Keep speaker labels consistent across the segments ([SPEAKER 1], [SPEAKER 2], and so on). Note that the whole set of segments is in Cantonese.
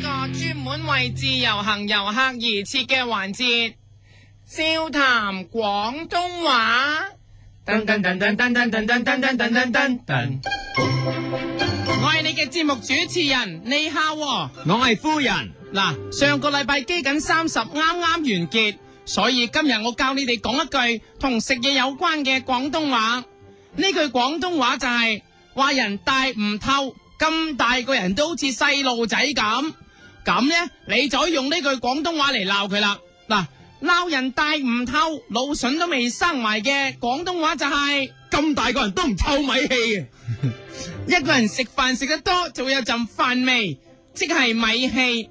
[SPEAKER 1] 個專門為自由行遊客而設嘅環節，笑談廣東話。噔噔噔噔噔噔噔噔噔噔噔噔噔噔。我係你嘅節目主持人，你好喎。
[SPEAKER 2] 我係夫人，
[SPEAKER 1] 嗱，上個禮拜基緊三十啱啱完結，所以今日我教你哋講一句同食嘢有關嘅廣東話。呢句廣東話就係、話人大唔透，咁大個人都好似細路仔咁。咁呢，你就可以用呢句廣東話嚟鬧佢啦。嗱，鬧人大唔透，腦筍都未生埋嘅廣東話就係、
[SPEAKER 2] 咁大個人都唔臭米氣嘅，
[SPEAKER 1] 一個人食飯食得多就會有陣飯味，即係米氣；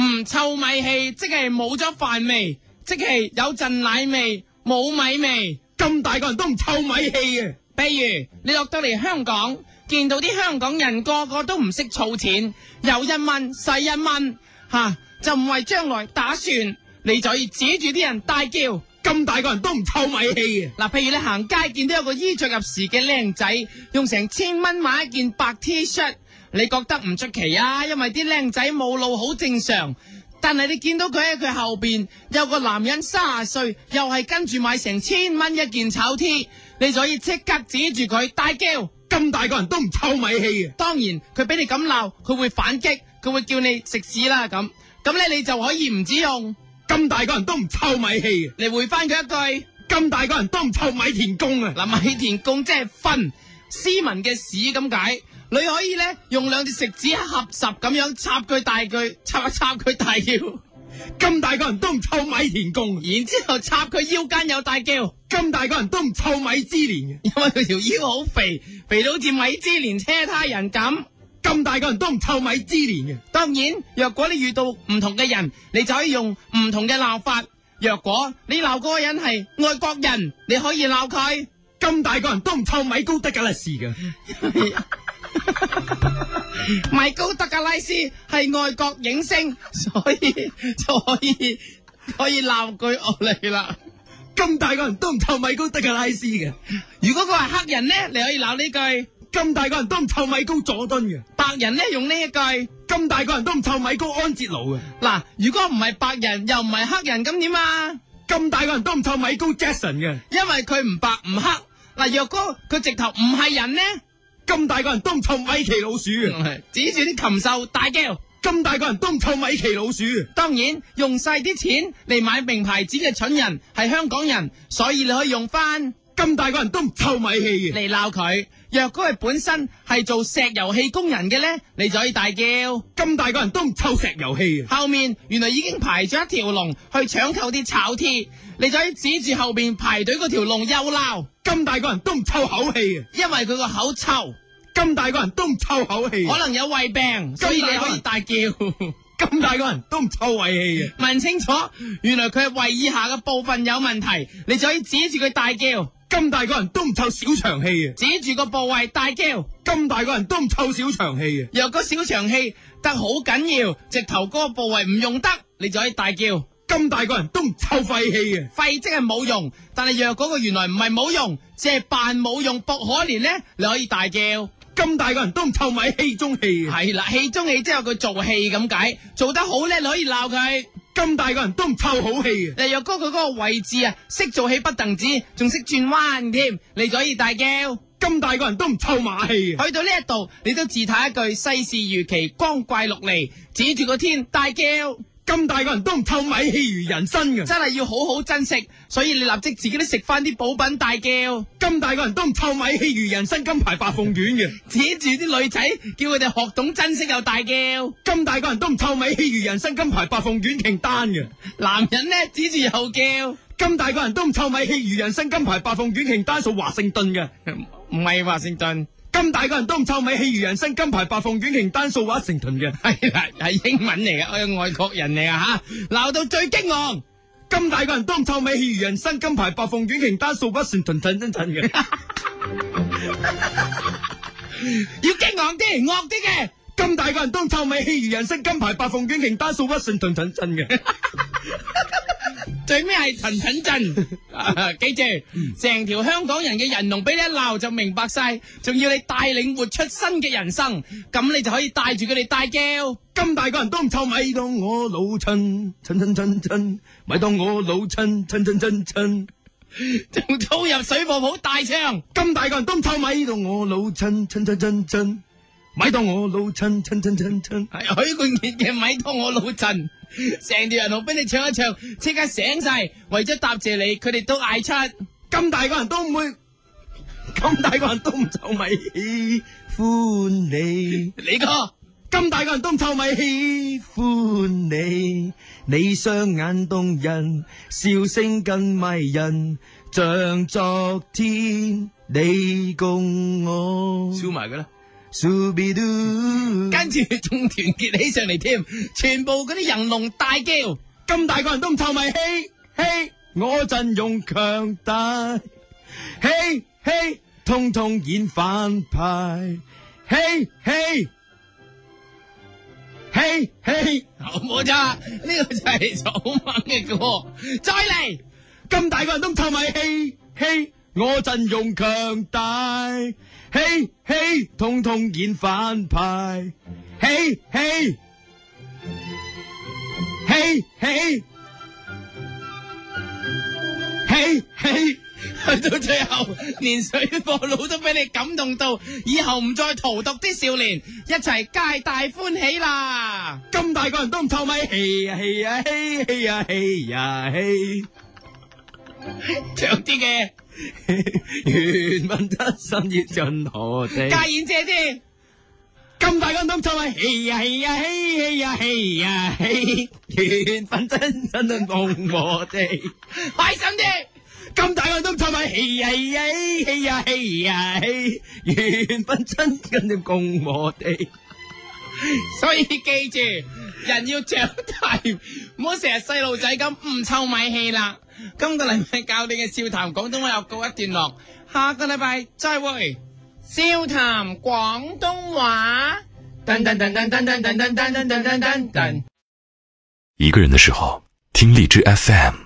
[SPEAKER 1] 唔臭米氣，即係冇咗飯味，即係有陣奶味，冇米味。
[SPEAKER 2] 咁大個人都唔臭米氣啊嘅，
[SPEAKER 1] 譬如你落到嚟香港，見到啲香港人個個都唔識儲錢，有一蚊使一蚊，吓、就唔為將來打算，你就要指住啲人大叫。
[SPEAKER 2] 咁大個人都唔臭米氣嘅，啊
[SPEAKER 1] 嗱，譬如你行街見到有個衣着入時嘅靚仔，用成千蚊買一件白 T 恤，你覺得唔出奇啊？因為啲靚仔冇路好正常。但係你見到佢喺佢後邊有個男人卅歲，又係跟住買成千蚊一件炒 T，你就可以即刻指住佢大叫。
[SPEAKER 2] 咁大個人都唔臭米氣嘅，
[SPEAKER 1] 當然佢俾你咁鬧，佢會反擊，佢會叫你食屎啦咁。咁咧你就可以唔止用，
[SPEAKER 2] 咁大個人都唔臭米氣嘅，
[SPEAKER 1] 你回翻佢一句。
[SPEAKER 2] 咁大個人都唔臭米田共啊！
[SPEAKER 1] 嗱，米田共即係分斯文嘅屎咁解。你可以咧用兩隻食指合十咁樣插佢大佢，插一插佢大 腰，
[SPEAKER 2] 咁大個人都唔臭米田共，
[SPEAKER 1] 然之後插佢腰間有大叫，
[SPEAKER 2] 咁大個人都唔臭米芝蓮嘅，
[SPEAKER 1] 因為佢條腰好肥，肥到好似米芝蓮車胎人咁。
[SPEAKER 2] 咁大個人都唔臭米芝蓮嘅，
[SPEAKER 1] 當然，若果你遇到唔同嘅人，你就可以用唔同嘅鬧法。若果你鬧嗰個人係外國人，你可以鬧佢。
[SPEAKER 2] 咁大個人都唔臭米高德格拉斯嘅，
[SPEAKER 1] 米高德格拉斯係外國影星，所以就可以 可以鬧佢我嚟啦。
[SPEAKER 2] 咁大個人都唔臭米高德格拉斯嘅，
[SPEAKER 1] 如果佢係黑人咧，你可以鬧呢句；
[SPEAKER 2] 咁大個人都唔臭米高佐敦嘅，
[SPEAKER 1] 白人咧用呢一句。
[SPEAKER 2] 咁大個人都唔臭米高安哲魯嘅，
[SPEAKER 1] 嗱，如果唔係白人又唔係黑人，咁點啊？
[SPEAKER 2] 咁大個人都唔臭米高 Jackson 嘅。
[SPEAKER 1] 因為佢唔白唔黑。嗱，若果佢直頭唔係人咧，
[SPEAKER 2] 咁大個人都唔臭米奇老鼠嘅，
[SPEAKER 1] 指住啲禽獸大叫。
[SPEAKER 2] 咁大個人都唔臭米奇老鼠嘅，
[SPEAKER 1] 當然用晒啲錢嚟買名牌子嘅蠢人係香港人，所以你可以用翻。
[SPEAKER 2] 咁大個人都唔臭米氣嘅，
[SPEAKER 1] 嚟鬧佢。若果佢本身係做石油氣工人嘅咧，你就可以大叫。
[SPEAKER 2] 咁大個人都唔臭石油氣啊嘅，
[SPEAKER 1] 後面原來已經排咗一條龍去搶購啲炒 T，你就可以指住後邊排隊嗰條龍又鬧，
[SPEAKER 2] 咁大個人都唔臭口氣嘅，
[SPEAKER 1] 因為佢個口臭，
[SPEAKER 2] 咁大個人都唔臭口氣嘅，啊
[SPEAKER 1] 可能有胃病，所以你可以大叫。
[SPEAKER 2] 咁大個人都唔臭胃氣啊嘅，
[SPEAKER 1] 問清楚，原來佢係胃以下嘅部分有問題，你就可以指住佢大叫，
[SPEAKER 2] 咁大個人都唔臭小腸氣嘅，
[SPEAKER 1] 指住個部位大叫。
[SPEAKER 2] 咁大個人都唔臭小腸氣啊嘅，
[SPEAKER 1] 若果小腸氣得好緊要，直頭嗰個部位唔用得，你就可以大叫。
[SPEAKER 2] 咁大個人都唔臭肺氣啊嘅，
[SPEAKER 1] 肺即係冇用，但係若果佢原來唔係冇用，只係扮冇用博可憐咧，你可以大叫。
[SPEAKER 2] 咁大個人都唔臭米氣中氣啊嘅，
[SPEAKER 1] 係啦，戲中戲之後佢做戲咁解，做得好咧，你可以鬧佢。
[SPEAKER 2] 咁大個人都唔臭好氣啊嘅，
[SPEAKER 1] 你若果佢嗰個位置啊，識做戲不但止，仲識轉彎添，你就可以大叫。
[SPEAKER 2] 咁大個人都唔臭馬氣啊嘅，
[SPEAKER 1] 去到呢一度，你都自嘆一句世事如棋，光怪陸離，指住個天大叫，
[SPEAKER 2] 咁大個人都唔臭米氣如人身嘅。
[SPEAKER 1] 真係要好好珍惜。所以你立即自己都食翻啲補品大叫。
[SPEAKER 2] 咁大個人都唔臭米氣如人身金牌白鳳丸嘅，
[SPEAKER 1] 指住啲女仔，叫佢哋學懂珍惜又大叫。
[SPEAKER 2] 咁大個人都唔臭米氣如人身金牌白鳳丸瓊丹嘅，
[SPEAKER 1] 男人咧指住又叫，
[SPEAKER 2] 咁大個人都唔臭米氣如人身金牌白鳳丸瓊丹屬華盛頓嘅，
[SPEAKER 1] 唔係華盛頓，
[SPEAKER 2] 咁大個人都唔臭米氣如人身金牌白鳳丸瓊丹屬華盛頓嘅，
[SPEAKER 1] 係啦，係英文嚟嘅，我係外國人嚟啊吓，鬧到最激昂，
[SPEAKER 2] 咁大個人都唔臭米氣如人身金牌白鳳丸瓊丹屬華盛頓震震震嘅，
[SPEAKER 1] 要激昂啲，惡啲嘅，
[SPEAKER 2] 咁大個人都唔臭米氣如人身金牌白鳳丸瓊丹屬華盛頓震震嘅，
[SPEAKER 1] 最尾系騰騰 震，啊記住，成條香港人嘅人龍俾你一鬧就明白晒，仲要你帶領活出新嘅人生，咁你就可以帶住佢哋大叫。
[SPEAKER 2] 咁大個人都唔臭，咪當我老襯，襯襯襯襯，咪當我老襯，襯襯襯襯。
[SPEAKER 1] 仲操入水貨铺大唱，
[SPEAKER 2] 咁大個人都唔臭，咪當我老襯，襯襯襯襯，咪當我老襯，襯襯襯襯。
[SPEAKER 1] 系哎許冠傑嘅咪當我老陳，成條人路俾你唱一唱，即刻醒晒，為咗答謝你，佢哋都嗌出。
[SPEAKER 2] 咁大個人都唔會，咁大個人都唔臭，咪喜歡你。
[SPEAKER 1] 你個
[SPEAKER 2] 咁大個人都唔臭，咪喜歡你。你雙眼動人，笑聲更迷人，像昨天你共我。
[SPEAKER 1] 埋佢啦。
[SPEAKER 2] Scooby-Doo
[SPEAKER 1] 跟住仲團結起上嚟添，全部嗰啲人龍大叫。
[SPEAKER 2] 咁大個人都唔臭咪嘿嘿，我陣容強大，嘿嘿，通通演反派，嘿嘿，嘿嘿，
[SPEAKER 1] 好冇咋？呢個就係草蜢嘅歌，再嚟。
[SPEAKER 2] 咁大個人都唔臭咪嘿嘿，我陣容強大，嘿嘿，通通演反派，嘿嘿，嘿嘿，嘿嘿。
[SPEAKER 1] 去到最後，連水貨佬都俾你感動到，以後唔再荼毒啲少年，一齊皆大歡喜啦！
[SPEAKER 2] 咁大個人都唔臭咪，嘿呀嘿呀嘿嘿呀嘿呀嘿，
[SPEAKER 1] 長啲嘅，
[SPEAKER 2] 緣分得心意盡何地？
[SPEAKER 1] 家燕姐啲，
[SPEAKER 2] 咁大個人都唔臭咪，嘿呀嘿呀嘿嘿呀嘿呀嘿，緣分真真都夢我哋。
[SPEAKER 1] 開心啲。
[SPEAKER 2] 咁大個人都唔臭咪，嘿呀嘿呀嘿嘿呀嘿呀嘿，緣分真真都共我哋。
[SPEAKER 1] 所以記住，人要長大，唔好成日細路仔咁唔臭米氣啦。今個禮拜教你嘅笑談廣東話又告一段落，下個禮拜再會。笑談廣東話。噔噔噔噔噔噔噔噔噔噔噔噔噔。
[SPEAKER 3] 一个人的时候，听荔枝 FM。